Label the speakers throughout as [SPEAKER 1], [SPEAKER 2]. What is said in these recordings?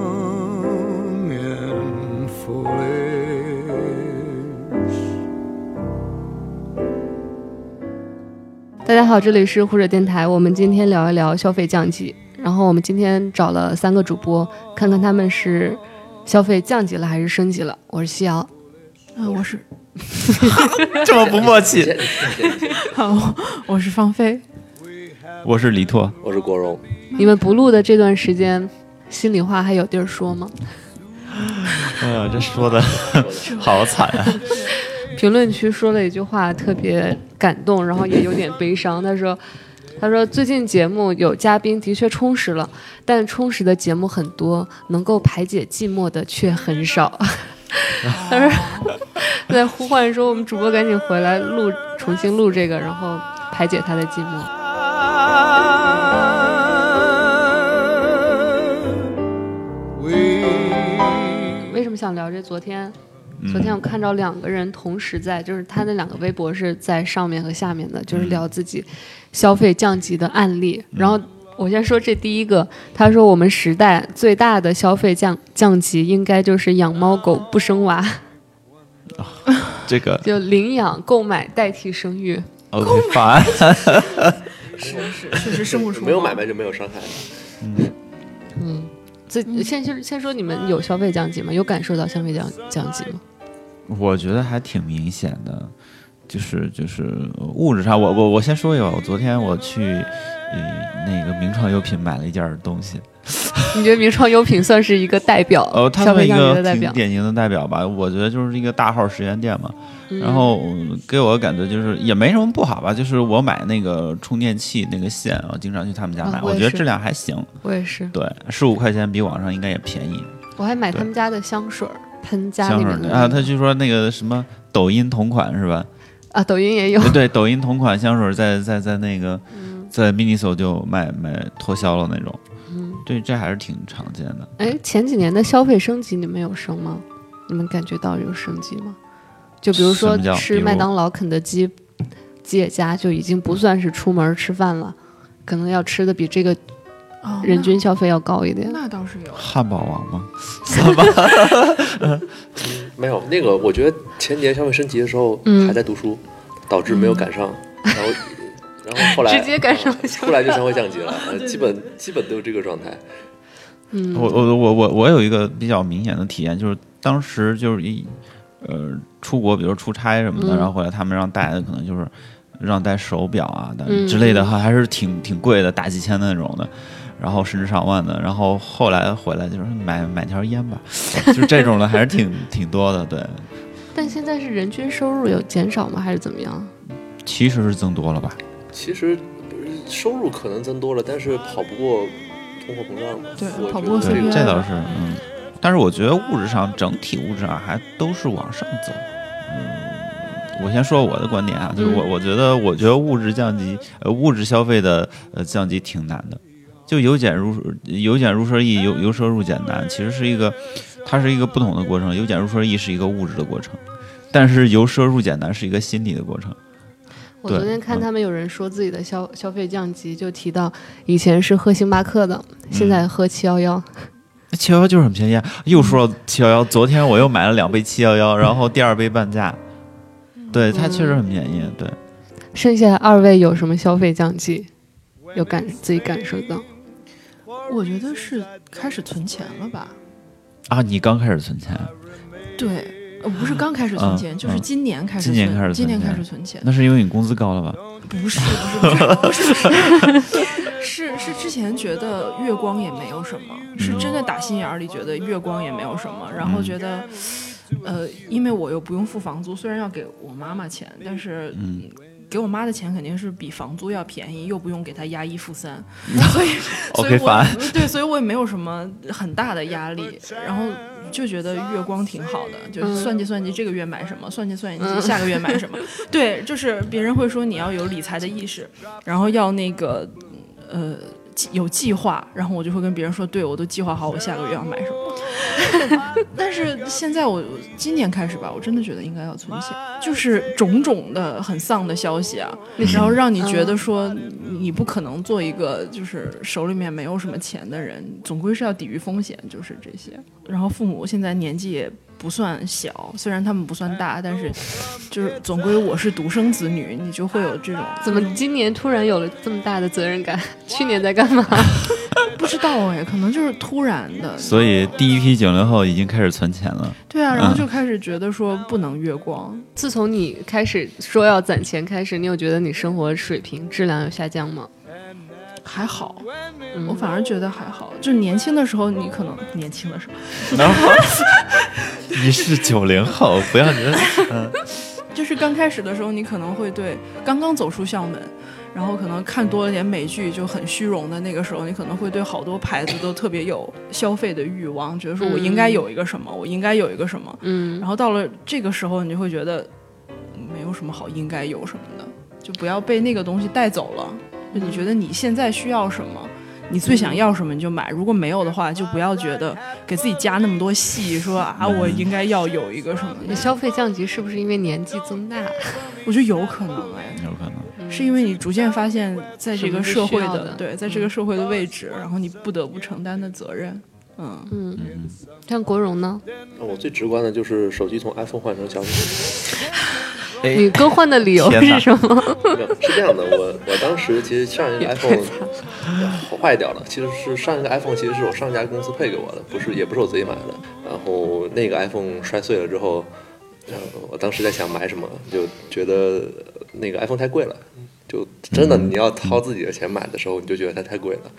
[SPEAKER 1] young and foolish.
[SPEAKER 2] 大家好，这里是护者电台，我们今天聊一聊消费降级。然后我们今天找了三个主播，看看他们是消费降级了还是升级了。我是西瑶，
[SPEAKER 3] 呃，我是
[SPEAKER 4] 这么不默契。
[SPEAKER 3] 好，我是芳菲。
[SPEAKER 4] 我是李拓，
[SPEAKER 5] 我是国荣，
[SPEAKER 2] 你们不录的这段时间，心里话还有地儿说吗？
[SPEAKER 4] 哎呀，这 说的好惨啊！
[SPEAKER 2] 评论区说了一句话特别感动，然后也有点悲伤。他说：“他说最近节目有嘉宾的确充实了，但充实的节目很多，能够排解寂寞的却很少。” 他说在呼唤说我们主播赶紧回来录，重新录这个，然后排解他的寂寞。
[SPEAKER 1] We
[SPEAKER 2] 为什么想聊这？昨天，
[SPEAKER 4] 嗯
[SPEAKER 2] 昨天我看到两个人同时在，就是他那两个微博是在上面和下面的，就是
[SPEAKER 4] 嗯
[SPEAKER 2] 聊自己消费降级的案例。然后我先说这第一个，他说我们时代最大的消费降降级，应该就是养猫狗不生娃，
[SPEAKER 4] 这个呃
[SPEAKER 2] 就领养购买代替生育。
[SPEAKER 4] 我的烦，
[SPEAKER 3] 确实生不出，
[SPEAKER 5] 没有买卖就没有伤害。
[SPEAKER 2] 嗯，这先先先说你们有消费降级吗？有感受到消费降降级 吗？
[SPEAKER 4] 我觉得还挺明显的，就是就是呃物质上，我我我先说一个吧，我昨天我去呃那个名创优品买了一件东西，
[SPEAKER 2] 你觉得名创优品算是一个代表
[SPEAKER 4] 呃，它
[SPEAKER 2] 消
[SPEAKER 4] 算
[SPEAKER 2] 费
[SPEAKER 4] 一
[SPEAKER 2] 降级
[SPEAKER 4] 个
[SPEAKER 2] 的代
[SPEAKER 4] 挺
[SPEAKER 2] 表？
[SPEAKER 4] 典型的代表吧，我觉得就是一个大号实验店嘛，
[SPEAKER 2] 嗯
[SPEAKER 4] 然后嗯给我的感觉就是也没什么不好吧，就是我买那个充电器那个线，我经常去他们家
[SPEAKER 2] 啊
[SPEAKER 4] 买，
[SPEAKER 2] 我
[SPEAKER 4] 我
[SPEAKER 2] 也
[SPEAKER 4] 觉得
[SPEAKER 2] 是
[SPEAKER 4] 质量还行，
[SPEAKER 2] 我也是。
[SPEAKER 4] 对，十五块钱比网上应该也便宜，
[SPEAKER 2] 我还买他
[SPEAKER 4] 对
[SPEAKER 2] 们家的香水儿，喷家
[SPEAKER 4] 香
[SPEAKER 2] 里
[SPEAKER 4] 水
[SPEAKER 2] 面
[SPEAKER 4] 儿
[SPEAKER 2] 的
[SPEAKER 4] 啊，
[SPEAKER 2] 那
[SPEAKER 4] 他
[SPEAKER 2] 个
[SPEAKER 4] 据说那个什么抖音同款是吧？
[SPEAKER 2] 啊，抖音也有，
[SPEAKER 4] 对，抖音同款香水儿在在在那个
[SPEAKER 2] 嗯
[SPEAKER 4] 在 Miniso 就卖卖脱销了那种，
[SPEAKER 2] 嗯，
[SPEAKER 4] 对，这还是挺常见的。
[SPEAKER 2] 哎，前几年的消费升级你们有升吗？你们感觉到有升级吗？就比如说
[SPEAKER 4] 什么叫
[SPEAKER 2] 吃
[SPEAKER 4] 比如
[SPEAKER 2] 麦当劳、肯德基、吉野家，就已经不算是出门吃饭了，可能要吃的比这个
[SPEAKER 3] 哦
[SPEAKER 2] 人均消费要高一点。
[SPEAKER 3] 那那倒是有。
[SPEAKER 4] 汉堡王吗？
[SPEAKER 5] 没有那个，我觉得前年消费升级的时候
[SPEAKER 2] 嗯
[SPEAKER 5] 还在读书，导致没有赶上，然后 然后后来
[SPEAKER 2] 直接赶上
[SPEAKER 5] 啊
[SPEAKER 2] 了消费
[SPEAKER 5] 后来就消费降级了，呃基本基本都是这个状态。
[SPEAKER 2] 嗯，
[SPEAKER 4] 我我我我我有一个比较明显的体验，就是当时就是一呃出国，比如出差什么的，
[SPEAKER 2] 嗯
[SPEAKER 4] 然后回来他们让带的可能就是让带手表啊的
[SPEAKER 2] 嗯
[SPEAKER 4] 之类的，
[SPEAKER 2] 嗯
[SPEAKER 4] 还还是挺挺贵的，大几千的那种的。然后甚至上万的，然后后来回来就是买买条烟吧， 就是这种的还是挺挺多的，对，
[SPEAKER 2] 但现在是人均收入有减少吗？还是怎么样？
[SPEAKER 4] 其实是增多了吧？
[SPEAKER 5] 其实呃收入可能增多了，但是跑不过通货膨胀嘛。
[SPEAKER 3] 对
[SPEAKER 5] 我觉得
[SPEAKER 3] 跑不过
[SPEAKER 5] 这
[SPEAKER 3] 岁
[SPEAKER 5] 个
[SPEAKER 3] 月
[SPEAKER 4] 对，这倒是，嗯。但是我觉得物质上整体物质上还都是往上走。嗯，我先说我的观点啊，就是我
[SPEAKER 3] 嗯
[SPEAKER 4] 我觉得我觉得物质降级，呃，物质消费的呃降级挺难的，就由俭入由俭入奢易，由由奢入俭难，其实是一个它是一个不同的过程，由俭入奢易是一个物质的过程。但是由奢入俭难是一个心理的过程，
[SPEAKER 2] 我
[SPEAKER 4] 对
[SPEAKER 2] 昨天看
[SPEAKER 4] 嗯
[SPEAKER 2] 他们有人说自己的消消费降级，就提到以前是喝星巴克的，现
[SPEAKER 4] 嗯
[SPEAKER 2] 在喝七幺幺。
[SPEAKER 4] 七幺幺就是很便宜啊！又说到七幺幺，昨天我又买了两杯七幺幺，然后第二杯半价，对它确实很便宜，对。
[SPEAKER 2] 剩下二位有什么消费降级？有感自己感受到？
[SPEAKER 3] 我觉得是开始存钱了吧？
[SPEAKER 4] 啊，你刚开始存钱，
[SPEAKER 3] 对，呃不是刚开始存钱，
[SPEAKER 4] 嗯
[SPEAKER 3] 就是今年开始
[SPEAKER 4] 今
[SPEAKER 3] 存，
[SPEAKER 4] 年开始
[SPEAKER 3] 今年
[SPEAKER 4] 存钱
[SPEAKER 3] 开始存钱。
[SPEAKER 4] 那是因为你工资高了吧？
[SPEAKER 3] 不是不是不是不是 是是之前觉得月光也没有什么，
[SPEAKER 4] 嗯
[SPEAKER 3] 是真的打心眼儿里觉得月光也没有什么，然后觉得。呃，因为我又不用付房租，虽然要给我妈妈钱，但是
[SPEAKER 4] 嗯，
[SPEAKER 3] 给我妈的钱肯定是比房租要便宜，又不用给她押一付 三，所以所以
[SPEAKER 4] OK，
[SPEAKER 3] 我
[SPEAKER 4] 烦
[SPEAKER 3] 对，所以我也没有什么很大的压力，然后就觉得月光挺好的，就
[SPEAKER 2] 嗯
[SPEAKER 3] 算计算计这个月买什么，算计算
[SPEAKER 2] 嗯
[SPEAKER 3] 计下个月买什 么，对，就是别人会说你要有理财的意识，然后要那个呃。计有计划，然后我就会跟别人说，对我都计划好我下个月要买什么，但是现在我今年开始吧，我真的觉得应该要存钱，
[SPEAKER 4] 嗯
[SPEAKER 3] 就是种种的很丧的消息啊，然后让你觉得说你不可能做一个就是手里面没有什么钱的人，总归是要抵御风险，就是这些。然后父母现在年纪也不算小，虽然他们不算
[SPEAKER 4] 嗯
[SPEAKER 3] 大，但是就是总归我是独生子女，你就会有这种
[SPEAKER 4] 嗯
[SPEAKER 2] 怎么今年突然有了这么大的责任感？去年在干嘛？
[SPEAKER 3] 不知道哎，可能就是突然的，
[SPEAKER 4] 所以嗯第一批九零后已经开始存钱了。
[SPEAKER 3] 对啊，然后就开始觉得说不能月光，
[SPEAKER 2] 自从你开始说要攒钱开始，你有觉得你生活水平质量有下降吗？
[SPEAKER 3] 还好，
[SPEAKER 2] 嗯
[SPEAKER 3] 我反而觉得还好。就年轻的时候，你可能年轻的时候，
[SPEAKER 4] 然后你是九零后，不要觉得
[SPEAKER 3] 就是刚开始的时候，你可能会对刚刚走出校门，然后可能看多了点美剧，就很虚荣的那个时候，你可能会对好多牌子都特别有消费的欲望，觉得说我应该有一个什么，我应该有一个什么。
[SPEAKER 2] 嗯
[SPEAKER 3] 然后到了这个时候，你就会觉得嗯没有什么好应该有什么的，就不要被那个东西带走了。就你觉得你现在需要什么，你最想要什么你就买，如果没有的话，就不要觉得给自己加那么多戏，说啊
[SPEAKER 2] 嗯
[SPEAKER 3] 我应该要有一个什么
[SPEAKER 2] 你。消费降级是不是因为年纪增大？
[SPEAKER 3] 我觉得有可能哎，
[SPEAKER 4] 有可能。
[SPEAKER 3] 是因为你逐渐发现，在这个社会
[SPEAKER 2] 嗯什么是需
[SPEAKER 3] 的
[SPEAKER 2] 要的嗯
[SPEAKER 3] 对，在这个社会的位置，然后你不得不承担的责任。嗯，
[SPEAKER 2] 嗯，像国荣呢？
[SPEAKER 5] 那我最直观的就是手机从 iPhone 换成小米。
[SPEAKER 2] 你
[SPEAKER 4] 哎，
[SPEAKER 2] 更换的理由
[SPEAKER 4] 天哪
[SPEAKER 2] 是什么？
[SPEAKER 5] 没有，是这样的，我我当时其实上一个 iPhone 坏掉了，其实是上一个 iPhone 其实是我上家公司配给我的，不是也不是我自己买的。然后那个 iPhone 摔碎了之后，呃我当时在想买什么，就觉得那个 iPhone 太贵了。就真的，
[SPEAKER 4] 嗯
[SPEAKER 5] 你要掏自己的钱买的时候，你就觉得它太贵了。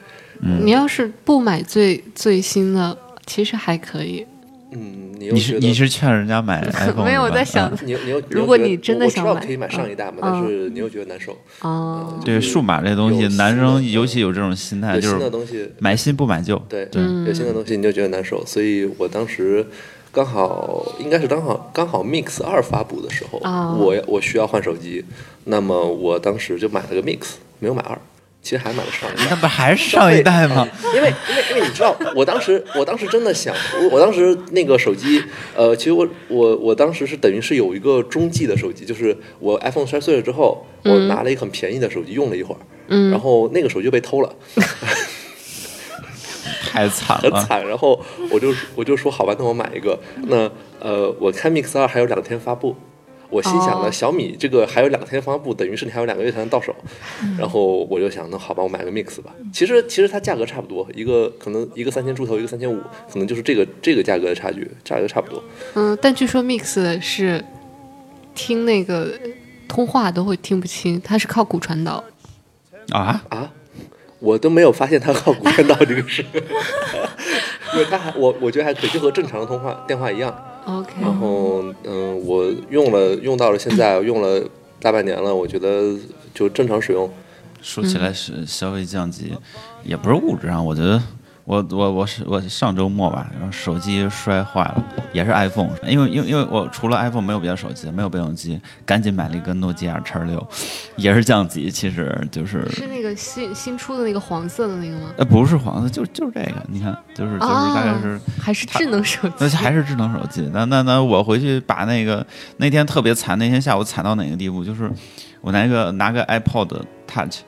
[SPEAKER 4] 嗯
[SPEAKER 2] 你要是不买最最新的，其实还可以。
[SPEAKER 5] 嗯，你又
[SPEAKER 4] 你
[SPEAKER 5] 觉
[SPEAKER 4] 是
[SPEAKER 5] 得
[SPEAKER 4] 你是劝人家 买 iPhone？
[SPEAKER 2] 没有，我
[SPEAKER 4] 是吧
[SPEAKER 2] 在想
[SPEAKER 4] 嗯
[SPEAKER 5] 你又你又
[SPEAKER 2] 如果
[SPEAKER 5] 又觉得
[SPEAKER 2] 你真的
[SPEAKER 5] 我
[SPEAKER 2] 想
[SPEAKER 5] 我知
[SPEAKER 2] 买
[SPEAKER 5] 道可以买上一代嘛，
[SPEAKER 2] 嗯
[SPEAKER 5] 但是你又觉得难受。
[SPEAKER 2] 哦，
[SPEAKER 5] 嗯
[SPEAKER 4] 对数码这东西
[SPEAKER 5] 有，新的
[SPEAKER 4] 男生尤其有这种心态，
[SPEAKER 5] 有
[SPEAKER 4] 哎就
[SPEAKER 5] 新的
[SPEAKER 4] 是
[SPEAKER 5] 东西，
[SPEAKER 4] 买新不买旧。
[SPEAKER 5] 对，
[SPEAKER 4] 对
[SPEAKER 5] 有新的东西你就觉得难受，所以我当时刚好应该是刚好刚好 Mix 二发布的时候，
[SPEAKER 2] 啊
[SPEAKER 5] 我我需要换手机，那么我当时就买了个 Mix，没有买二，其实还买了上一
[SPEAKER 4] 那
[SPEAKER 5] 代。
[SPEAKER 4] 不还是上一代吗？
[SPEAKER 5] 因为因为因为你知道，我当时我当时真的想，我我当时那个手机，呃，其实我我我当时是等于是有一个中继的手机，就是我 iPhone 摔碎了之后，我拿了一个很便宜的手机用了一会儿，然后那个手机就被偷了。
[SPEAKER 4] 太惨
[SPEAKER 5] 很
[SPEAKER 4] 了。
[SPEAKER 5] 惨。然后我就我就说好吧，那我买一个。那呃，我看 Mix 二还有两天发布，我心想
[SPEAKER 2] 哦
[SPEAKER 5] 呢，小米这个还有两天发布，等于是你还有两个月才能到手。 然后我就想，那好吧，我买个 Mix 吧。其实其实它价格差不多，一个可能一个三千出头，一个三千五，可能就是这个这个价格的差距，价格差不多。
[SPEAKER 2] 嗯，但据说 Mix 是听那个通话都会听不清，它是靠骨传导。
[SPEAKER 4] 啊，
[SPEAKER 5] 我都没有发现它靠骨传导这个事， 因为它还我我觉得还可以，就和正常的通话电话一样。
[SPEAKER 4] 哦
[SPEAKER 2] OK，
[SPEAKER 5] 然后，嗯、我用了用到了现在，用了大半年了，我觉得就正常使用。
[SPEAKER 4] 说起来是消费降级，也不是物质上，我觉得。我我我是我上周末吧，然后手机摔坏了，也是 iPhone，因为因为因为我除了 iPhone 没有别的手机，没有备用机，赶紧买了一个诺基亚叉六，也是降级，其实就是
[SPEAKER 2] 是那个新新出的那个黄色的那个吗？
[SPEAKER 4] 呃不是黄色，就就是这个，你看就是就是大概是
[SPEAKER 2] 啊，还是智能手
[SPEAKER 4] 那
[SPEAKER 2] 机？
[SPEAKER 4] 还是智能手机。那那那我回去把那个那天特别惨，那天下午惨到哪个地步？就是我拿一个拿个 iPod Touch，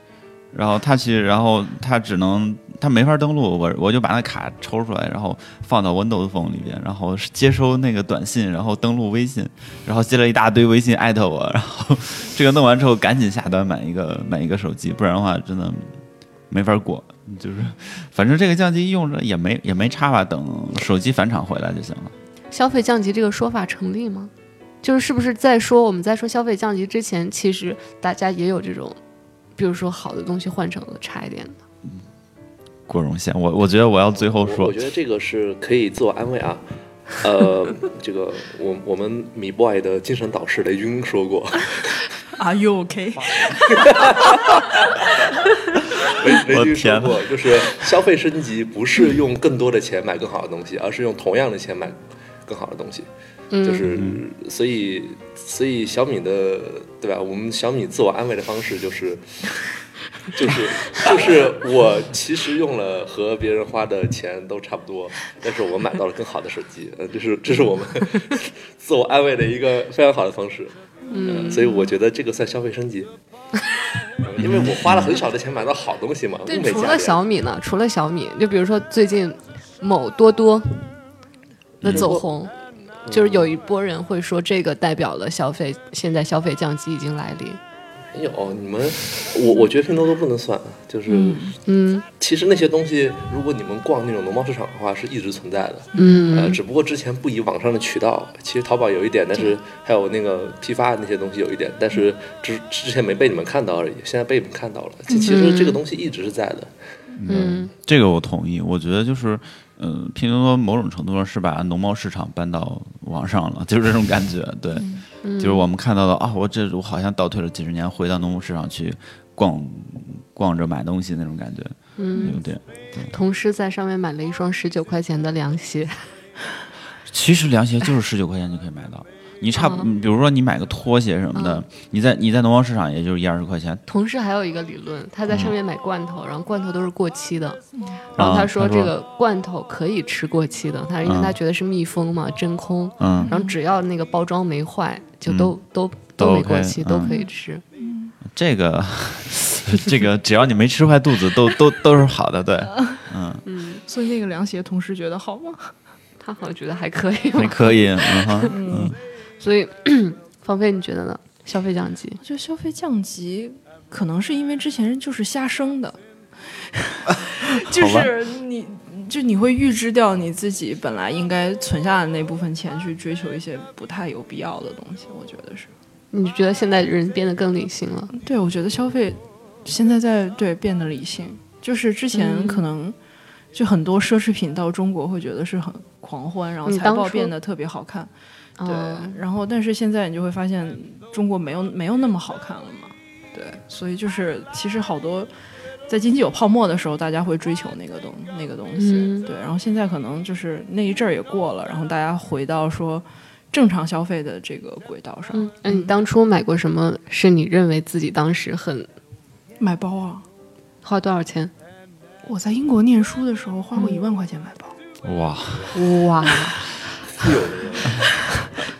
[SPEAKER 4] 然后 Touch，然后它只能它没法登录，我我就把那卡抽出来，然后放到 Windows Phone 里边，然后接收那个短信，然后登录微信，然后接了一大堆微信艾特我，然后这个弄完之后赶紧下单买一个买一个手机，不然的话真的没法过。就是，反正这个降级用着也没也没差吧，等手机返厂回来就行了。
[SPEAKER 2] 消费降级这个说法成立吗？就是是不是在说我们在说消费降级之前，其实大家也有这种，比如说好的东西换成了差一点的。
[SPEAKER 4] 郭荣先，我我觉得我要最后
[SPEAKER 5] 我
[SPEAKER 4] 说
[SPEAKER 5] 我觉，得这个是可以自我安慰啊。 呃，这个我我们米 boy 的精神导师雷军 说过，
[SPEAKER 3] Are you OK？
[SPEAKER 5] 雷雷
[SPEAKER 4] 我
[SPEAKER 5] 军说
[SPEAKER 4] 天
[SPEAKER 5] 过，就是消费升级不是用更多的钱买更好的东西，而是用同样的钱买更好的东西。
[SPEAKER 2] 嗯，
[SPEAKER 5] 就是所以所以小米的对吧？我们小米自我安慰的方式就是就是 就是我其实用了和别人花的钱都差不多，但是我买到了更好的手机，呃，这是这是我们 自我安慰的一个非常好的方式，嗯、所以我觉得这个算消费 升级，呃因为我花了很少的钱买到好东西嘛，物
[SPEAKER 2] 对，
[SPEAKER 5] 美
[SPEAKER 2] 除
[SPEAKER 5] 价
[SPEAKER 2] 了
[SPEAKER 5] 廉。
[SPEAKER 2] 小米呢？除了小米，就比如说最近某多多的
[SPEAKER 4] 嗯
[SPEAKER 2] 走红，就是有一波人会说这个代表了消费，现在消费降级已经来临。
[SPEAKER 5] 没有，哎你们，我我觉得拼多多不能算，啊就是，
[SPEAKER 2] 嗯
[SPEAKER 5] 其实那些东西，如果你们逛那种农贸市场的话，是一直存在的，呃，
[SPEAKER 2] 嗯
[SPEAKER 5] 只不过之前不以网上的渠道，其实淘宝有一点，但是还有那个批发那些东西有一点，但是之之前没被你们看到而已，现在被你们看到了。其其实这个东西一直是在的，
[SPEAKER 2] 嗯，
[SPEAKER 4] 这个我同意，我觉得就是，嗯、拼多多某种程度上是把农贸市场搬到网上了， 就是这种感觉。对，就是我们看到的啊，我这我好像倒退了几十年，回到农贸市场去逛逛着买东西那种感觉，有点。
[SPEAKER 2] 同事在上面买了一双十九块钱的凉鞋，
[SPEAKER 4] 其实凉鞋就是十九块钱就可以买到。你差不，比如说你买个拖鞋什么的，你在你在农贸市场也就是一二十块钱，
[SPEAKER 2] 同事还有一个理论，他在上面买罐头，然后罐头都是过期的，然
[SPEAKER 4] 嗯啊
[SPEAKER 2] 后
[SPEAKER 4] 他
[SPEAKER 2] 他说
[SPEAKER 4] 说
[SPEAKER 2] 这个罐头可以吃过期的，他因为
[SPEAKER 4] 嗯
[SPEAKER 2] 他觉得是密封嘛，真空，
[SPEAKER 4] 嗯，
[SPEAKER 2] 然后只要那个包装没坏，就
[SPEAKER 4] 嗯
[SPEAKER 2] 都都
[SPEAKER 4] 都
[SPEAKER 2] 没
[SPEAKER 4] OK，
[SPEAKER 2] 过期，都
[SPEAKER 4] 嗯
[SPEAKER 2] 可以吃。
[SPEAKER 4] 这个 这个只要你没吃坏肚子，都都都是好的，对，
[SPEAKER 3] 嗯所以那个凉鞋同事觉得好吗？
[SPEAKER 2] 他好像觉得还可以
[SPEAKER 4] 还
[SPEAKER 2] 吧，
[SPEAKER 4] 可以，嗯哼，
[SPEAKER 2] 所以 芳菲你觉得呢？消费降级，
[SPEAKER 3] 我觉得消费降级可能是因为之前就是瞎生 的，就
[SPEAKER 4] 好吧
[SPEAKER 3] 是你就你会预支掉你自己本来应该存下的那部分钱去追求一些不太有必要的东西，我觉得是。
[SPEAKER 2] 你觉得现在人变得更理性了？
[SPEAKER 3] 对，我觉得消费现在在对变得理性，就是之前
[SPEAKER 2] 嗯
[SPEAKER 3] 可能就很多奢侈品到中国会觉得是很狂欢，然后
[SPEAKER 2] 嗯
[SPEAKER 3] 财
[SPEAKER 2] 当
[SPEAKER 3] 报
[SPEAKER 2] 初
[SPEAKER 3] 变得特别好看，对
[SPEAKER 2] 嗯，
[SPEAKER 3] 然后但是现在你就会发现中国没有没有那么好看了嘛，对，所以就是其实好多在经济有泡沫的时候，大家会追求那个东那个东西，
[SPEAKER 2] 嗯
[SPEAKER 3] 对，然后现在可能就是那一阵儿也过了，然后大家回到说正常消费的这个轨道上，
[SPEAKER 2] 嗯，那你当初买过什么是你认为自己当时很
[SPEAKER 3] 买包啊。
[SPEAKER 2] 花多少钱？
[SPEAKER 3] 我在英国念书的时候花过一万块钱买包，
[SPEAKER 4] 嗯哇，
[SPEAKER 2] 哇，
[SPEAKER 5] 富有的人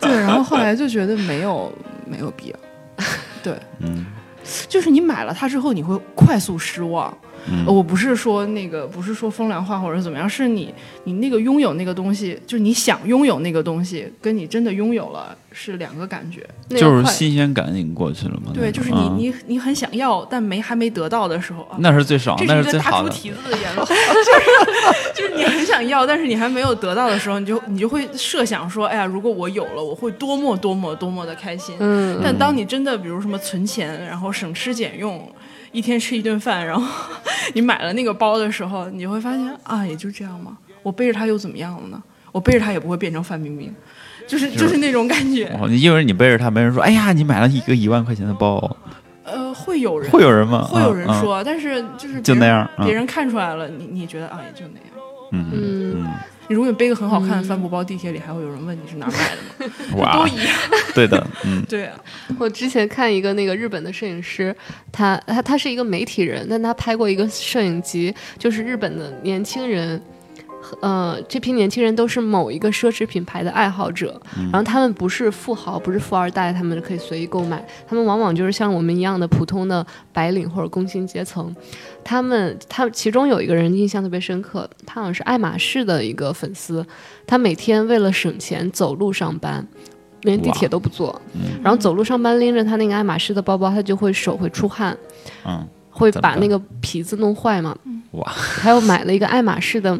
[SPEAKER 3] 对，然后后来就觉得没有没有必要， 对，
[SPEAKER 4] 嗯
[SPEAKER 3] 就是你买了它之后你会快速失望。
[SPEAKER 4] 嗯
[SPEAKER 3] 呃我不是说那个，不是说风凉话或者怎么样，是你你那个拥有那个东西，就是你想拥有那个东西，跟你真的拥有了是两个感觉。
[SPEAKER 2] 那个
[SPEAKER 4] 就是
[SPEAKER 2] 快
[SPEAKER 4] 新鲜感已经过去了嘛，
[SPEAKER 3] 对，
[SPEAKER 4] 那种
[SPEAKER 3] 就是你
[SPEAKER 4] 嗯
[SPEAKER 3] 你你很想要，但没还没得到的时候啊，
[SPEAKER 4] 那是最爽，那
[SPEAKER 3] 这
[SPEAKER 4] 是
[SPEAKER 3] 是一
[SPEAKER 4] 最
[SPEAKER 3] 个大
[SPEAKER 4] 好
[SPEAKER 3] 猪
[SPEAKER 4] 的，
[SPEAKER 3] 蹄子的言论， 就是就是你很想要，但是你还没有得到的时候，你就你就会设想说，哎呀，如果我有了，我会多么多么多么的开心。
[SPEAKER 2] 嗯，
[SPEAKER 3] 但当你真的比如什么存钱，然后省吃俭用，一天吃一顿饭，然后你买了那个包的时候，你就会发现啊，也就这样嘛，我背着它又怎么样了呢？我背着它也不会变成范冰冰，就是就是那种感觉。
[SPEAKER 4] 哦哇，你因为你背着它，没人说，哎呀，你买了一个一万块钱的包，
[SPEAKER 3] 呃，会有人
[SPEAKER 4] 会有人吗？
[SPEAKER 3] 会有人
[SPEAKER 4] 嗯，
[SPEAKER 3] 说，但是就是别
[SPEAKER 4] 就
[SPEAKER 3] 人
[SPEAKER 4] 那样嗯
[SPEAKER 3] 别人看出来了，你你觉得啊，也就那样。
[SPEAKER 4] 嗯嗯
[SPEAKER 2] 嗯
[SPEAKER 3] 你如果你背个很好看的帆布包，地铁里还会有人问你是哪儿买的吗？
[SPEAKER 4] 嗯，哇
[SPEAKER 3] 都， 一样，
[SPEAKER 4] 对的，嗯
[SPEAKER 3] 对啊，
[SPEAKER 2] 我之前看一个那个日本的摄影师，他他他是一个媒体人，但他拍过一个摄影集，就是日本的年轻人。呃，这批年轻人都是某一个奢侈品牌的爱好者，然后他们不是富豪，不是富二代，他们可以随意购买，他们往往就是像我们一样的普通的白领或者工薪阶层。他们他其中有一个人印象特别深刻，他好像是爱马仕的一个粉丝，他每天为了省钱走路上班，连地铁
[SPEAKER 4] 哇
[SPEAKER 2] 都不坐，然后走路上班拎着他那个爱马仕的包包，他就会手会出汗，
[SPEAKER 4] 嗯，
[SPEAKER 2] 会
[SPEAKER 4] 怎么
[SPEAKER 2] 把
[SPEAKER 4] 办
[SPEAKER 2] 那个皮子弄坏嘛。
[SPEAKER 3] 嗯
[SPEAKER 4] 哇！
[SPEAKER 2] 还有买了一个爱马仕的，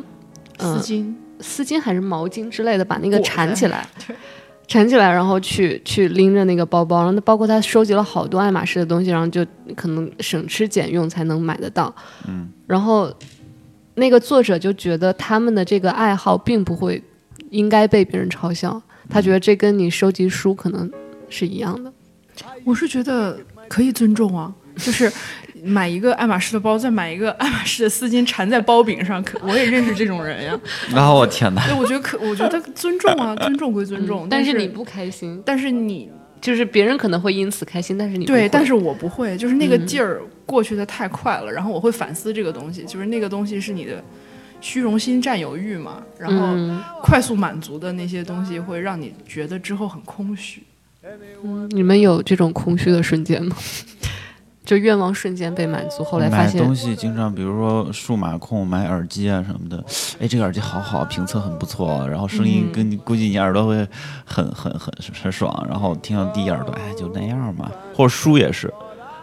[SPEAKER 2] 嗯、
[SPEAKER 3] 丝巾
[SPEAKER 2] 丝巾还是毛巾之类的，把那个
[SPEAKER 3] 裹
[SPEAKER 2] 缠
[SPEAKER 3] 着
[SPEAKER 2] 起 来，缠起来，然后去去拎着那个包包，然后包括他收集了好多爱马仕的东西，然后就可能省吃俭用才能买得到。嗯，然后那个作者就觉得他们的这个爱好并不会应该被别人嘲笑，他觉得这跟你收集书可能是一样的。
[SPEAKER 3] 我是觉得可以尊重啊，就是买一个爱马仕的包，再买一个爱马仕的丝巾缠在包柄上，可 我也认识这种人呀。
[SPEAKER 4] 然后我天哪，
[SPEAKER 3] 对，我觉得可，我觉得尊重啊，尊重归尊重，
[SPEAKER 2] 嗯但
[SPEAKER 3] 但
[SPEAKER 2] 是你
[SPEAKER 3] 不，
[SPEAKER 2] 不开心，
[SPEAKER 3] 但是你
[SPEAKER 2] 就是别人可能会因此开心，但是你不
[SPEAKER 3] 对，
[SPEAKER 2] 会嗯
[SPEAKER 3] 但是我不会，就是那个劲儿过去的太快了，然后我会反思这个东西，就是那个东西是你的虚荣心、占有欲嘛，然后
[SPEAKER 2] 嗯
[SPEAKER 3] 快速满足的那些东西会让你觉得之后很空虚。
[SPEAKER 2] 你们有这种空虚的瞬间吗？ 就愿望瞬间被满足，后来发
[SPEAKER 4] 买
[SPEAKER 2] 现
[SPEAKER 4] 东西经常，比如说数码控买耳机啊什么的，哎，这个耳机好好，评测很不错，然后声
[SPEAKER 2] 嗯
[SPEAKER 4] 音跟你、估计你耳朵会很很很很爽，然后听到第一耳朵，哎，就那样嘛。或者书也是，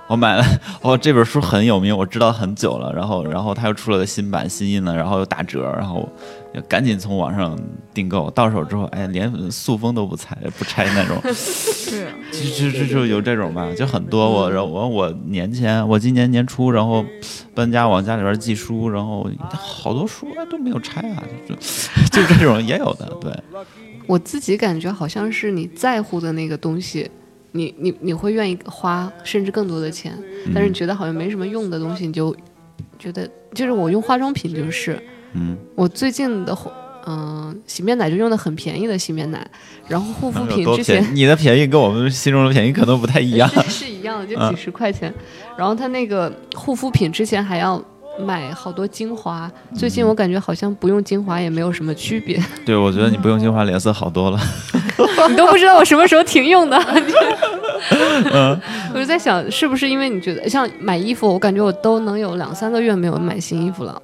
[SPEAKER 4] 我买了，哦，这本书很有名，我知道很久了，然后然后它又出了个新版新印了，然后又打折，然后要赶紧从网上订购，到手之后，哎，连塑封都不拆不拆那种，
[SPEAKER 3] 对，
[SPEAKER 2] 啊
[SPEAKER 4] 就就就就有这种吧，就很多
[SPEAKER 2] 嗯
[SPEAKER 4] 我，然后我我年前，我今年年初，然后搬家往家里边寄书，然后好多书哎都没有拆啊，就就就这种也有的， 对，
[SPEAKER 2] 我自己感觉好像是你在乎的那个东西，你你你会愿意花甚至更多的钱，
[SPEAKER 4] 嗯
[SPEAKER 2] 但是你觉得好像没什么用的东西，你就觉得就是我用化妆品就是，
[SPEAKER 4] 嗯，
[SPEAKER 2] 我最近的化嗯、洗面奶就用的很便宜的洗面奶，然后护肤
[SPEAKER 4] 能有
[SPEAKER 2] 品
[SPEAKER 4] 多
[SPEAKER 2] 之
[SPEAKER 4] 便
[SPEAKER 2] 前
[SPEAKER 4] 宜？你的便宜跟我们心中的便宜可能不太一 样，
[SPEAKER 2] 是是一样的，就几十块钱。然后它那个护肤品之前还要买好多精华，最近我感觉好像不用精华也没有什么区别。
[SPEAKER 4] 对我觉得你不用精华脸色好多了，
[SPEAKER 2] 你都不知道我什么时候停用的。 我就在想，是不是因为你觉得像买衣服，我感觉我都能有两三个月没有买新衣服了，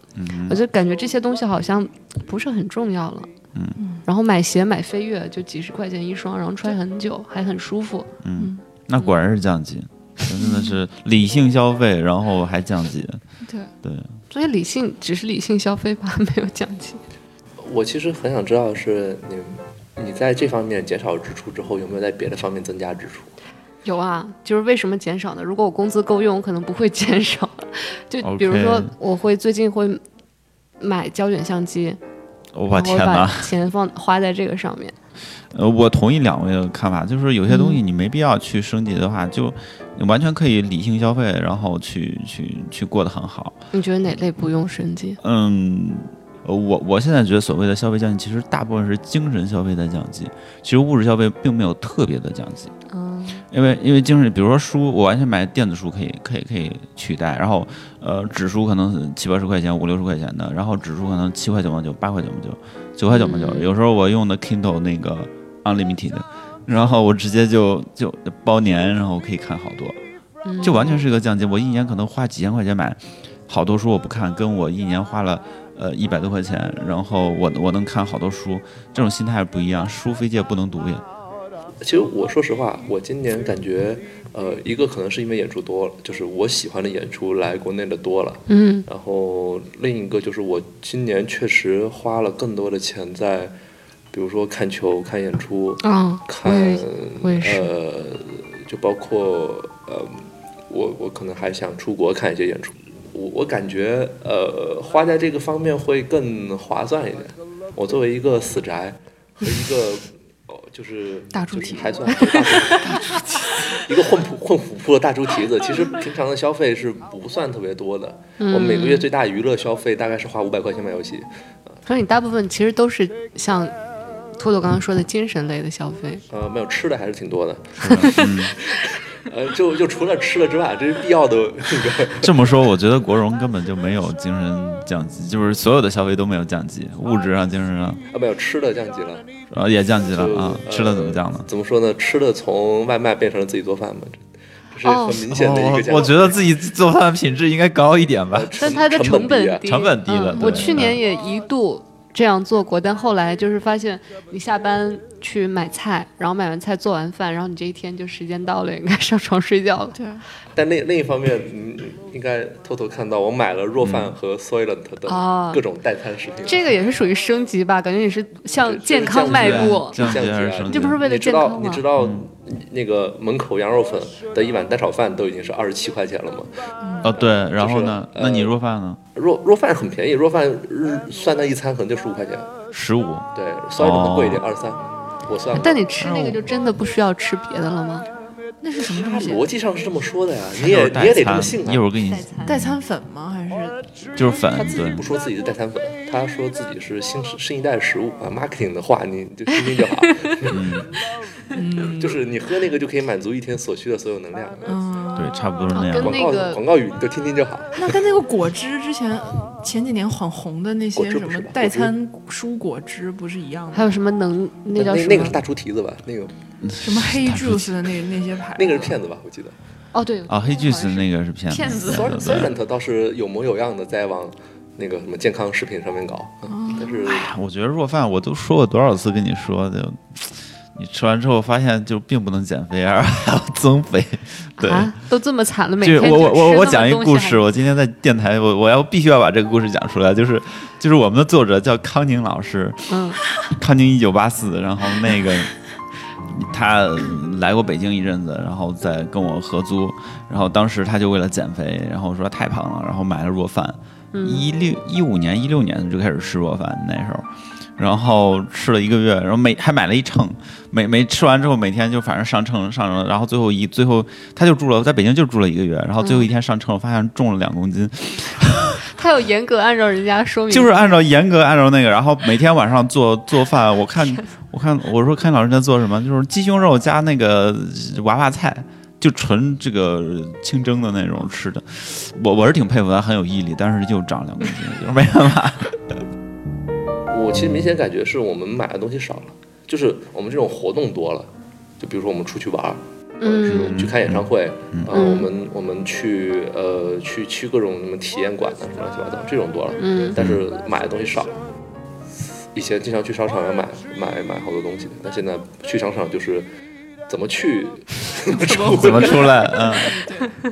[SPEAKER 2] 我就感觉这些东西好像不是很重要了。嗯，然后买鞋买飞跃就几十块钱一双，然后穿很久还很舒服。
[SPEAKER 4] 那果然是降级，真的是理性消费，然后还降级，
[SPEAKER 3] 对
[SPEAKER 4] 对，
[SPEAKER 2] 所以理性只是理性消费吧，没有奖金。
[SPEAKER 5] 我其实很想知道的是你，你在这方面减少支出之后，有没有在别的方面增加支出？
[SPEAKER 2] 有啊，就是为什么减少呢？如果我工资够用，我可能不会减少。 就比如说
[SPEAKER 4] OK，
[SPEAKER 2] 我会最近会买胶卷相机，
[SPEAKER 4] 我天
[SPEAKER 2] 然后
[SPEAKER 4] 哪！
[SPEAKER 2] 把钱放花在这个上面。
[SPEAKER 4] 呃，我同意两位的看法，就是有些东西你没必要去升级的话，就你完全可以理性消费，然后去去去过得很好。
[SPEAKER 2] 你觉得哪类不用升级？
[SPEAKER 4] 嗯，呃我我现在觉得所谓的消费降级，其实大部分是精神消费在降级，其实物质消费并没有特别的降级。
[SPEAKER 2] 嗯，
[SPEAKER 4] 因为因为精神，比如说书，我完全买电子书可以可以可以取代，然后呃纸书可能七八十块钱、五六十块钱的，然后纸书可能七块九毛九、八块九毛九、九块九毛九，
[SPEAKER 2] 嗯
[SPEAKER 4] 有时候我用的 Kindle 那个 Unlimited，然后我直接就就包年，然后可以看好多，就完全是一个降级。我一年可能花几千块钱买好多书，我不看，跟我一年花了。呃，一百多块钱，然后我我能看好多书，这种心态不一样。书非借不能读也，
[SPEAKER 5] 其实我说实话，我今年感觉，呃，一个可能是因为演出多了，就是我喜欢的演出来国内的多了，
[SPEAKER 2] 嗯，
[SPEAKER 5] 然后另一个就是我今年确实花了更多的钱在，比如说看球、看演出、
[SPEAKER 2] 啊，我
[SPEAKER 5] 嗯看
[SPEAKER 2] 也我也是，
[SPEAKER 5] 呃，就包括呃，我我可能还想出国看一些演出，我我感觉呃，花在这个方面会更划算一点。我作为一个死宅和一个哦，就是
[SPEAKER 3] 大猪
[SPEAKER 5] 就是
[SPEAKER 3] 蹄
[SPEAKER 5] 还算大猪蹄，一个混普混普普的大猪蹄子，其实平常的消费是不算特别多的。我每个月最大娱乐消费大概是花五百块钱买游戏，
[SPEAKER 2] 所以你大部分其实都是像兔兔刚刚说的精神类的消费。
[SPEAKER 5] 呃，没有吃的还是挺多的。
[SPEAKER 4] 嗯、
[SPEAKER 5] 呃，就就除了吃了之外，这是必要的那个。
[SPEAKER 4] 这么说，我觉得国荣根本就没有精神降级，就是所有的消费都没有降级，物质上、精神上，
[SPEAKER 5] 啊，没有吃的降级了。
[SPEAKER 4] 然后也降级了
[SPEAKER 5] 就
[SPEAKER 4] 啊。吃的怎么降呢
[SPEAKER 5] 呃？怎么说呢？吃的从外卖变成了自己做饭嘛，这这是
[SPEAKER 2] 哦
[SPEAKER 5] 很明显的一个
[SPEAKER 4] 我
[SPEAKER 5] 降
[SPEAKER 4] 我
[SPEAKER 5] 级。
[SPEAKER 4] 觉得自己做饭品质应该高一点吧。
[SPEAKER 2] 但它的
[SPEAKER 5] 成
[SPEAKER 2] 本
[SPEAKER 5] 本
[SPEAKER 2] 低，
[SPEAKER 5] 低啊
[SPEAKER 4] 成本低的
[SPEAKER 2] 嗯
[SPEAKER 4] 对
[SPEAKER 2] 我去年也一度这样做过，但后来就是发现，你下班去买菜，然后买完菜做完饭，然后你这一天就时间到了，应该 上床睡觉了。
[SPEAKER 3] 对，
[SPEAKER 5] 但另另一方面，嗯，应该偷偷看到我买了若
[SPEAKER 4] 嗯
[SPEAKER 5] 饭和 Soylent
[SPEAKER 2] 啊
[SPEAKER 5] 的各种代餐食品。
[SPEAKER 2] 这个也是属于升级吧？感觉你是向
[SPEAKER 5] 对
[SPEAKER 2] 健康
[SPEAKER 5] 这
[SPEAKER 2] 迈
[SPEAKER 5] 是
[SPEAKER 4] 降级
[SPEAKER 2] 步
[SPEAKER 4] 啊，降级还是升级？嗯
[SPEAKER 5] 你
[SPEAKER 2] 这不是为了
[SPEAKER 5] 你知
[SPEAKER 2] 健
[SPEAKER 5] 道
[SPEAKER 2] 康
[SPEAKER 5] 你
[SPEAKER 2] 吗
[SPEAKER 5] 知？道那个门口羊肉粉的一碗蛋炒饭都已经是二十七块钱了吗？
[SPEAKER 4] 哦，对，然后呢？
[SPEAKER 5] 呃就是呃
[SPEAKER 4] 那你若饭呢？
[SPEAKER 5] 若若饭很便宜，若饭日
[SPEAKER 2] 嗯
[SPEAKER 5] 算那一餐可能就十五块钱。
[SPEAKER 4] 十五。
[SPEAKER 5] 对，Soylent 贵
[SPEAKER 4] 哦
[SPEAKER 5] 一点，二三。我算了，
[SPEAKER 2] 但你吃那个就真的不需要吃别的了吗？
[SPEAKER 3] 那是什么
[SPEAKER 5] 它
[SPEAKER 3] 东西？
[SPEAKER 5] 逻辑上是这么说的呀，你
[SPEAKER 4] 一会
[SPEAKER 5] 也
[SPEAKER 4] 儿代
[SPEAKER 5] 你也得这
[SPEAKER 4] 餐
[SPEAKER 5] 么信啊
[SPEAKER 4] 一。会儿给你
[SPEAKER 3] 代餐粉吗？还是
[SPEAKER 4] 就是粉
[SPEAKER 5] 他自己
[SPEAKER 4] 对
[SPEAKER 5] 不。说自己是代餐粉，他说自己是新时新一代的食物啊。marketing 的话，你就听听就好。
[SPEAKER 4] 嗯
[SPEAKER 5] 就是你喝那个就可以满足一天所需的所有能量。啊
[SPEAKER 3] 嗯，
[SPEAKER 4] 对，对，差不多是那样
[SPEAKER 2] 跟
[SPEAKER 5] 广
[SPEAKER 4] 的。
[SPEAKER 2] 那
[SPEAKER 5] 告
[SPEAKER 2] 个
[SPEAKER 5] 广告语你就听听就好。
[SPEAKER 3] 那跟那个果汁之前前几年很红的那
[SPEAKER 5] 果
[SPEAKER 3] 些
[SPEAKER 5] 汁
[SPEAKER 3] 什
[SPEAKER 5] 不
[SPEAKER 3] 么
[SPEAKER 5] 是吧
[SPEAKER 3] 代餐蔬果汁不是一样
[SPEAKER 2] 还
[SPEAKER 3] 的？
[SPEAKER 2] 有什么能那叫
[SPEAKER 5] 那
[SPEAKER 2] 什么？
[SPEAKER 5] 那个是大猪蹄子吧？那个
[SPEAKER 3] 什么黑
[SPEAKER 4] 大猪蹄
[SPEAKER 3] juice 的那那些牌？
[SPEAKER 5] 那个是骗子吧？我记得。
[SPEAKER 2] 哦对
[SPEAKER 4] 啊，黑巨子那个是骗
[SPEAKER 2] 骗子
[SPEAKER 4] 对
[SPEAKER 5] s o r
[SPEAKER 4] 对
[SPEAKER 5] s o
[SPEAKER 4] 对
[SPEAKER 5] r e n t 倒是有模有样的在往那个什么健康食品上面搞，
[SPEAKER 2] 哦
[SPEAKER 5] 嗯但是
[SPEAKER 4] 我觉得弱饭，我都说过多少次跟你说，就你吃完之后发现就并不能减肥，而还要增肥。对，
[SPEAKER 2] 啊，都这么惨了，每
[SPEAKER 4] 就
[SPEAKER 2] 天
[SPEAKER 4] 是我我我我讲一
[SPEAKER 2] 个
[SPEAKER 4] 个故事，，我今天在电台，我我要必须要把这个故事讲出来，就是就是我们的作者叫康宁老师，
[SPEAKER 2] 嗯，
[SPEAKER 4] 康宁一九八四，然后那个他来过北京一阵子，然后再跟我合租，然后当时他就为了减肥，然后说太胖了，然后买了弱饭，一六一五年一六年就开始吃弱饭那时候。然后吃了一个月，然后每还买了一秤，每每吃完之后每天就反正上秤上了，然后最后一最后他就住了在北京就住了一个月，然后最后一天上秤发现重了两公斤，
[SPEAKER 2] 他有严格按照人家说明，
[SPEAKER 4] 就是按照严格按照那个，然后每天晚上做做饭，我看我看我说看老师在做什么，就是鸡胸肉加那个娃娃菜，就纯这个清蒸的那种吃的，我我是挺佩服他很有毅力，但是就长两公斤，就是没办法。
[SPEAKER 5] 我其实明显感觉是我们买的东西少了，就是我们这种活动多了，就比如说我们出去玩儿，
[SPEAKER 2] 嗯
[SPEAKER 5] 去看演唱会，
[SPEAKER 4] 嗯
[SPEAKER 5] 啊，我们我们去呃去去各种什么体验馆啊，什么乱七八糟这种多了，
[SPEAKER 2] 嗯
[SPEAKER 5] 但是买的东西少。以前经常去商场要买买买好多东西，但现在去商场就是怎么去，
[SPEAKER 4] 怎么出 来？嗯，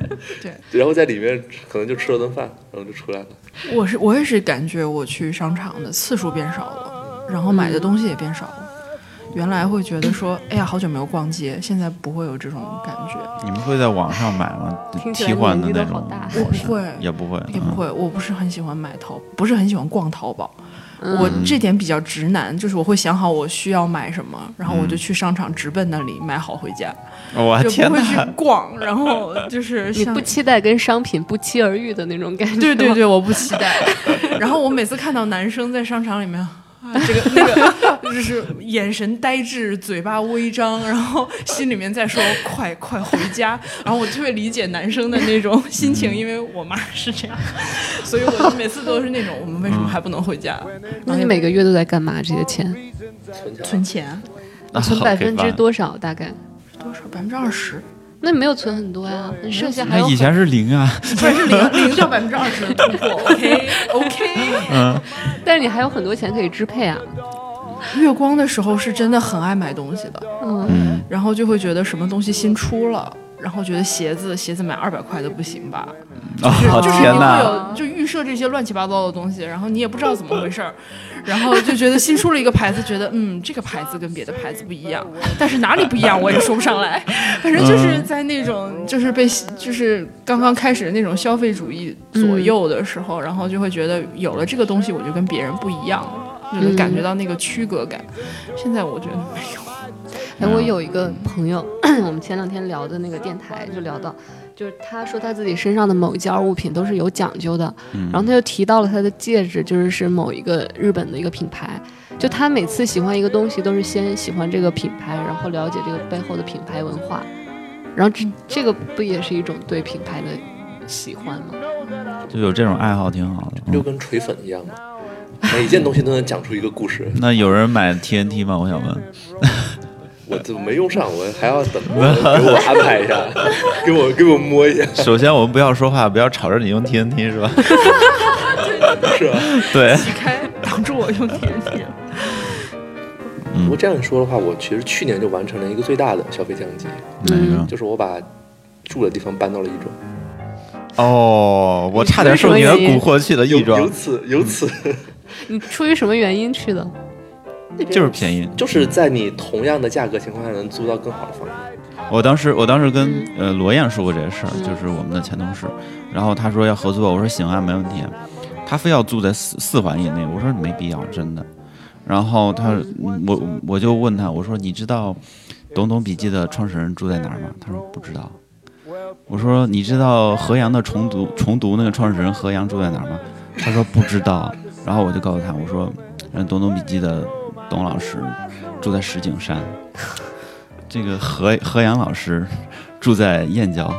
[SPEAKER 5] 然后在里面可能就吃了顿饭，然后就出来了。
[SPEAKER 3] 我是我也是感觉我去商场的次数变少了，然后买的东西也变少了。原来会觉得说，哎呀，好久没有逛街，现在不会有这种感觉，
[SPEAKER 4] 你们会在网上买吗？
[SPEAKER 2] 听起来
[SPEAKER 4] 替换的
[SPEAKER 2] 年纪
[SPEAKER 4] 那
[SPEAKER 2] 都好
[SPEAKER 4] 种
[SPEAKER 2] 大
[SPEAKER 4] 模式
[SPEAKER 3] 我不会
[SPEAKER 4] 也不会，
[SPEAKER 3] 也
[SPEAKER 4] 嗯
[SPEAKER 3] 不会。我不是很喜欢买淘，不是很喜欢逛淘宝。
[SPEAKER 2] 嗯
[SPEAKER 3] 我这点比较直男，就是我会想好我需要买什么，然后我就去商场直奔那里买好回家，
[SPEAKER 4] 我
[SPEAKER 3] 就
[SPEAKER 4] 啊天
[SPEAKER 3] 不会去
[SPEAKER 4] 哪！
[SPEAKER 3] 逛。然后 就是
[SPEAKER 2] 你
[SPEAKER 3] 像
[SPEAKER 2] 不期待跟商品不期而遇的那种感觉，
[SPEAKER 3] 对对，对，我不期待。然后我每次看到男生在商场里面。啊这个那个就是眼神呆滞，嘴巴微张，然后心里面在说“快快回家”，然后我特别理解男生的那种心情，
[SPEAKER 4] 嗯
[SPEAKER 3] 因为我妈是这样，所以我就每次都是那种我们为什
[SPEAKER 4] 嗯
[SPEAKER 3] 么还不能回家？
[SPEAKER 2] 那你每个月都在干嘛？这些钱
[SPEAKER 5] 存钱
[SPEAKER 3] 存钱
[SPEAKER 4] 啊
[SPEAKER 2] 存百分之。
[SPEAKER 4] 哦好给吧
[SPEAKER 2] 多少？大概？
[SPEAKER 3] 多少？百分之二 十，
[SPEAKER 2] 那没有存很多呀，你剩下还
[SPEAKER 4] 那
[SPEAKER 2] 有
[SPEAKER 4] 以前是零啊，
[SPEAKER 3] 不是零零到百分之二十的突破。OK OK。
[SPEAKER 2] 很，但是你还有很多钱可以支配啊。
[SPEAKER 3] 月光的时候是真的很爱买东西的，
[SPEAKER 2] 嗯，
[SPEAKER 3] 然后就会觉得什么东西新出了，然后觉得鞋子鞋子买二百块的不行吧？
[SPEAKER 4] 哦
[SPEAKER 3] 就是你
[SPEAKER 4] 天
[SPEAKER 3] 会
[SPEAKER 4] 哪！
[SPEAKER 3] 有就预设这些乱七八糟的东西，然后你也不知道怎么回事儿，然后就觉得新出了一个牌子，觉得嗯这个牌子跟别的牌子不一样，但是哪里不一样我也说不上来， 反正就是在那
[SPEAKER 4] 嗯
[SPEAKER 3] 种就是被就是刚刚开始那种消费主义左右的时
[SPEAKER 4] 嗯
[SPEAKER 3] 候，然后就会觉得有了这个东西我就跟别人不一样了。就能
[SPEAKER 4] 嗯
[SPEAKER 3] 感觉到那个区隔感，现在我觉得没有。
[SPEAKER 2] 哎，我有一个朋友， 我们前两天聊的那个电台就聊到，就是他说他自己身上的某一件物品都是有讲究的，然后他就提到了他的戒指，就是是某一个日本的一个品牌。就他每次喜欢一个东西，都是先喜欢这个品牌，然后了解这个背后的品牌文化，然后这这个不也是一种对品牌的喜欢吗？
[SPEAKER 4] 就有这种爱好挺好的。嗯
[SPEAKER 5] 就跟锤粉一样嘛，每一件东西都能讲出一个故事。
[SPEAKER 4] 那有人买 TNT 吗？我想问。
[SPEAKER 5] 我怎么没用上？我还要等 给我安排一下，给我给我摸一下，
[SPEAKER 4] 首先，我们不要说话，不要吵着你用 TNT 是吧？
[SPEAKER 5] 是吧？
[SPEAKER 4] 对，
[SPEAKER 3] 你开 挡住我用甜甜。
[SPEAKER 4] 嗯
[SPEAKER 5] 如果这样说的话，我其实去年就完成了一个最大的消费降级，
[SPEAKER 4] 那个
[SPEAKER 5] 就是我把住的地方搬到了亦庄，
[SPEAKER 4] 哦，我差点受你的蛊惑去了
[SPEAKER 5] 由
[SPEAKER 4] 亦
[SPEAKER 5] 由
[SPEAKER 4] 庄，嗯
[SPEAKER 5] 此由此，
[SPEAKER 2] 你出于什么原因去的？
[SPEAKER 4] 就是便宜。
[SPEAKER 5] 就是在你同样的价格情况下能租到更好的房子，
[SPEAKER 4] 我当时我当时跟呃罗燕说过这个事儿，就是我们的前同事，然后他说要合作，我说行啊，没问题。他非要住在四四环以内，我说没必要，真的。然后他嗯我我就问他，我说你知道《懂懂笔记》的创始人住在哪儿吗？他说不知道。我说你知道何阳的重读重读那个创始人何阳住在哪儿吗？他说不知道。然后我就告诉他，我说嗯，《懂懂笔记》的董老师住在石景山。这个何何阳老师住在燕郊，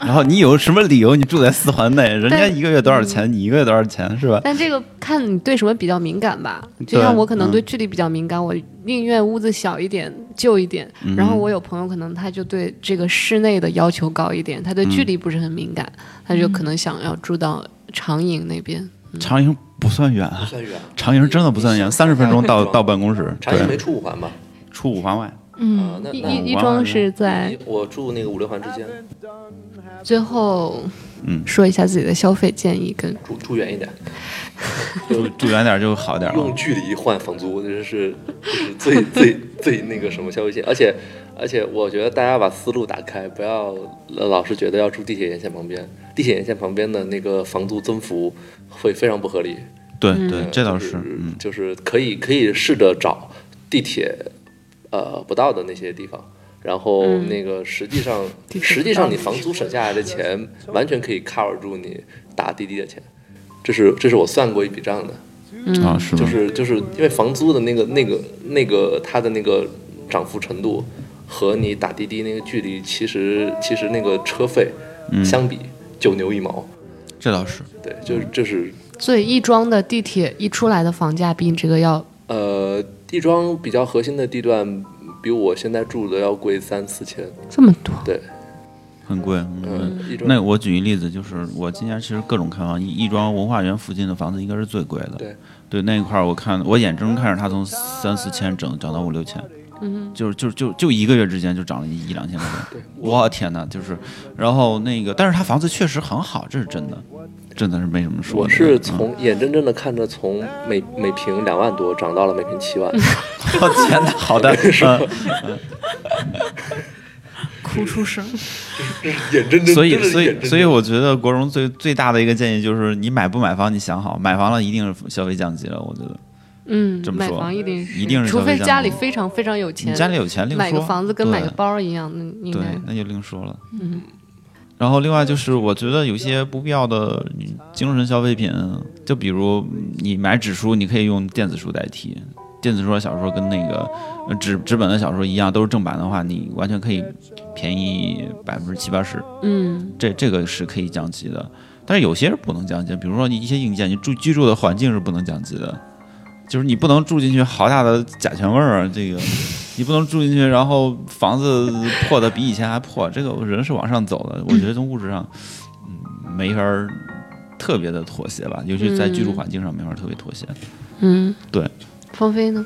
[SPEAKER 4] 然后你有什么理由你住在四环内？人家
[SPEAKER 2] 但
[SPEAKER 4] 一个月多少钱，你一个月多少钱是吧？
[SPEAKER 2] 但这个看你对什么比较敏感吧，就像
[SPEAKER 4] 对
[SPEAKER 2] 我可能
[SPEAKER 4] 嗯
[SPEAKER 2] 对距离比较敏感，我宁愿屋子小一点、旧一点。
[SPEAKER 4] 嗯
[SPEAKER 2] 然后我有朋友可能他就对这个室内的要求高一点，他对距
[SPEAKER 4] 嗯
[SPEAKER 2] 离不是很敏感，他就可能想要住到长营那边。
[SPEAKER 4] 长营不算远啊
[SPEAKER 5] 不，算远，
[SPEAKER 4] 长营真的不算远，三十分钟到
[SPEAKER 5] 嗯
[SPEAKER 4] 到办公室，
[SPEAKER 5] 长营没
[SPEAKER 4] 对，
[SPEAKER 5] 出五环吧？
[SPEAKER 4] 出五环外。
[SPEAKER 5] 啊
[SPEAKER 3] 嗯，，
[SPEAKER 5] 那
[SPEAKER 2] 一
[SPEAKER 5] 那
[SPEAKER 2] 一一
[SPEAKER 4] 哇
[SPEAKER 2] 庄是在
[SPEAKER 5] 我住那个五六环之间，
[SPEAKER 2] 最后
[SPEAKER 4] 嗯啊
[SPEAKER 2] 说一下自己的消费建议跟
[SPEAKER 5] 住住远一点，
[SPEAKER 4] 住住远点就好点
[SPEAKER 5] 用
[SPEAKER 4] 了。
[SPEAKER 5] 距离换房租，这是就是 最最最那个什么消费线，而且而且我觉得大家把思路打开，不要老是觉得要住地铁沿线旁边，地铁沿线旁边的那个房租增幅会非常不合理。
[SPEAKER 4] 对
[SPEAKER 2] 嗯
[SPEAKER 4] 对，这倒，
[SPEAKER 5] 就是
[SPEAKER 4] 嗯，
[SPEAKER 5] 就是可以可以试着找地铁呃不到的那些地方，然后
[SPEAKER 2] 嗯
[SPEAKER 5] 那个实际上、
[SPEAKER 2] 地铁不
[SPEAKER 5] 实际上
[SPEAKER 2] 到
[SPEAKER 5] 你
[SPEAKER 2] 的
[SPEAKER 5] 房租省下来的钱完全可以 cover 住你打滴滴的钱，这是这是我算过一笔账的，
[SPEAKER 2] 嗯
[SPEAKER 4] 啊是
[SPEAKER 5] 就
[SPEAKER 4] 吗？
[SPEAKER 5] 是就是因为房租的那个那个那个它的那个涨幅程度和你打滴滴那个距离，其实其实那个车费
[SPEAKER 4] 嗯，
[SPEAKER 5] 相比九牛一毛，
[SPEAKER 4] 这倒是，
[SPEAKER 5] 对，就是这是
[SPEAKER 2] 所以亦庄的地铁一出来的房价比你这个要
[SPEAKER 5] 呃，地庄比较核心的地段，比我现在住的要贵三四千。
[SPEAKER 2] 这么多。
[SPEAKER 5] 对，
[SPEAKER 4] 很贵，很贵。
[SPEAKER 5] 嗯，地庄
[SPEAKER 4] 那我举一例子，就是我今年其实各种看房，亦庄文化园附近的房子应该是最贵的。
[SPEAKER 5] 对，
[SPEAKER 4] 那一块儿我看我眼睁看着它从三四千整涨到五六千，
[SPEAKER 2] 嗯
[SPEAKER 4] 就是就就就一个月之间就涨了一一两千块钱。
[SPEAKER 5] 对我
[SPEAKER 4] 我天哪，就是，然后那个，但是它房子确实很好，这是真的，真的是没什么说的。
[SPEAKER 5] 我是
[SPEAKER 4] 嗯
[SPEAKER 5] 从眼睁睁的看着从每每平两万多涨到了每平 七万，
[SPEAKER 4] 我天哪，好 的，嗯
[SPEAKER 3] 哭出声。
[SPEAKER 5] 眼睁睁，
[SPEAKER 4] 所以
[SPEAKER 5] 真的是
[SPEAKER 4] 所
[SPEAKER 5] 眼
[SPEAKER 4] 以
[SPEAKER 5] 睁
[SPEAKER 4] 所以
[SPEAKER 5] 睁
[SPEAKER 4] 我觉得国荣最最大的一个建议就是，你买不买房你想好，买房了一定是消费降级了，我觉得。
[SPEAKER 2] 嗯
[SPEAKER 4] 这，么
[SPEAKER 2] 买
[SPEAKER 4] 说
[SPEAKER 2] 房一定是，
[SPEAKER 4] 一定是
[SPEAKER 2] 除
[SPEAKER 4] 消费
[SPEAKER 2] 非
[SPEAKER 4] 降
[SPEAKER 2] 家里
[SPEAKER 4] 级
[SPEAKER 2] 非常非常有钱，
[SPEAKER 4] 你家里有钱另说，
[SPEAKER 2] 买个房子跟买个
[SPEAKER 4] 对
[SPEAKER 2] 包儿一样，那应
[SPEAKER 4] 对
[SPEAKER 2] 该，
[SPEAKER 4] 那就另说了。
[SPEAKER 2] 嗯。
[SPEAKER 4] 然后另外就是，我觉得有些不必要的精神消费品，就比如你买纸书，你可以用电子书代替。电子书和小说跟那个呃纸纸本的小说一样，都是正版的话，你完全可以便宜百分之七八十，
[SPEAKER 2] 嗯
[SPEAKER 4] 这这个是可以降级的。但是有些是不能降级，比如说你一些硬件，你住居住的环境是不能降级的，就是你不能住进去好大的甲醛味儿啊，这个你不能住进去，然后房子破的比以前还破，这个人是往上走的，我觉得从物质上，嗯，没法儿特别的妥协吧，尤其在居住环境上没法儿特别妥协。
[SPEAKER 2] 嗯，
[SPEAKER 4] 对。
[SPEAKER 2] 芳菲呢？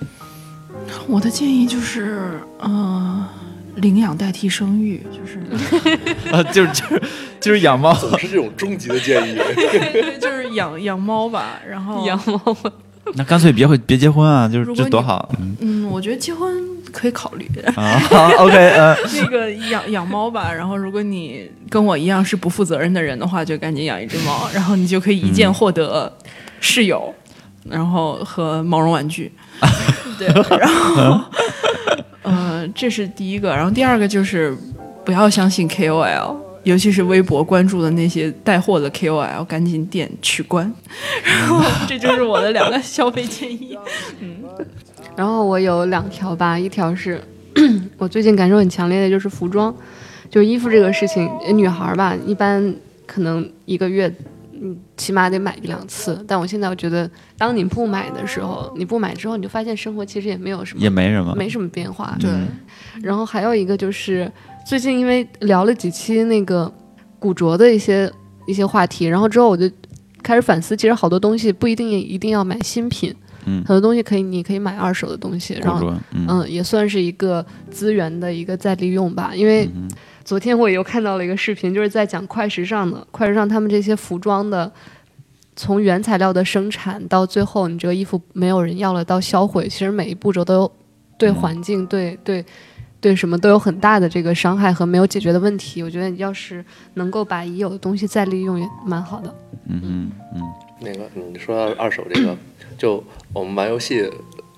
[SPEAKER 3] 我的建议就是，呃，领养代替生育，就是
[SPEAKER 4] 啊，就是就是就是养猫，
[SPEAKER 5] 总是这种终极的建议。
[SPEAKER 3] 就是养养猫吧，然后
[SPEAKER 2] 猫
[SPEAKER 4] 那干脆别会别结婚啊，就是
[SPEAKER 3] 如果
[SPEAKER 4] 这
[SPEAKER 3] 你
[SPEAKER 4] 多好嗯
[SPEAKER 3] 嗯，我觉得结婚可以考虑
[SPEAKER 4] 啊。OK，呃，
[SPEAKER 3] 那个养养猫吧。然后，如果你跟我一样是不负责任的人的话，就赶紧养一只猫，然后你就可以一键获得室友，然后和毛绒玩具。对，然后，呃，这是第一个。然后第二个就是不要相信 KOL。尤其是微博关注的那些带货的 KOL，赶紧点取关。 然后这就是我的两个消费建议。
[SPEAKER 2] 然后我有两条吧，一条是 我最近感受很强烈的就是服装，就是衣服这个事情，呃女孩儿吧，一般可能一个月。嗯，起码得买一两次，但我现在我觉得，当你不买的时候，你不买之后，你就发现生活其实也没有什么，
[SPEAKER 4] 也没什么，
[SPEAKER 2] 没什么变化。
[SPEAKER 3] 对，
[SPEAKER 2] 然后还有一个就是最近因为聊了几期那个古着的一些一些话题，然后之后我就开始反思，其实好多东西不一定一定要买新品，
[SPEAKER 4] 嗯
[SPEAKER 2] 很多东西可以你可以买二手的东西，然
[SPEAKER 4] 古
[SPEAKER 2] 后
[SPEAKER 4] 着，嗯
[SPEAKER 2] 嗯也算是一个资源的一个再利用吧，因为。
[SPEAKER 4] 嗯
[SPEAKER 2] 昨天我又看到了一个视频，就是在讲快时尚的，快时尚他们这些服装的，从原材料的生产到最后你这个衣服没有人要了到销毁，其实每一步骤都有
[SPEAKER 4] 嗯
[SPEAKER 2] 对环境、对对对什么都有很大的这个伤害和没有解决的问题。我觉得你要是能够把已有的东西再利用也蛮好的。
[SPEAKER 4] 嗯嗯嗯
[SPEAKER 5] 那个你说到二手这个，就我们玩游戏，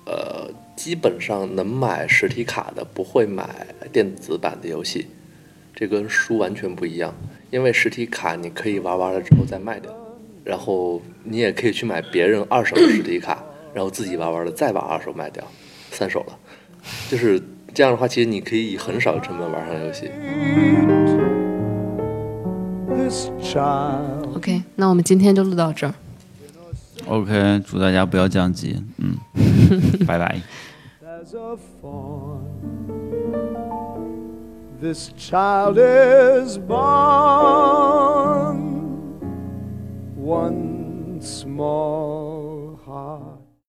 [SPEAKER 5] 呃，基本上能买实体卡的不会买电子版的游戏，这跟书完全不一样。因为实体卡你可以玩完了之后再卖掉，然后你也可以去买别人二手的实体卡，然后自己玩完了再把二手卖掉，三手了。就是这样的话，其实你可以以很少的成本玩上游戏。
[SPEAKER 1] this child.
[SPEAKER 2] OK，那我们今天就录到这儿。
[SPEAKER 4] OK，祝大家不要降级，嗯，拜拜。
[SPEAKER 1] as a fawn. This child is born, one small heart.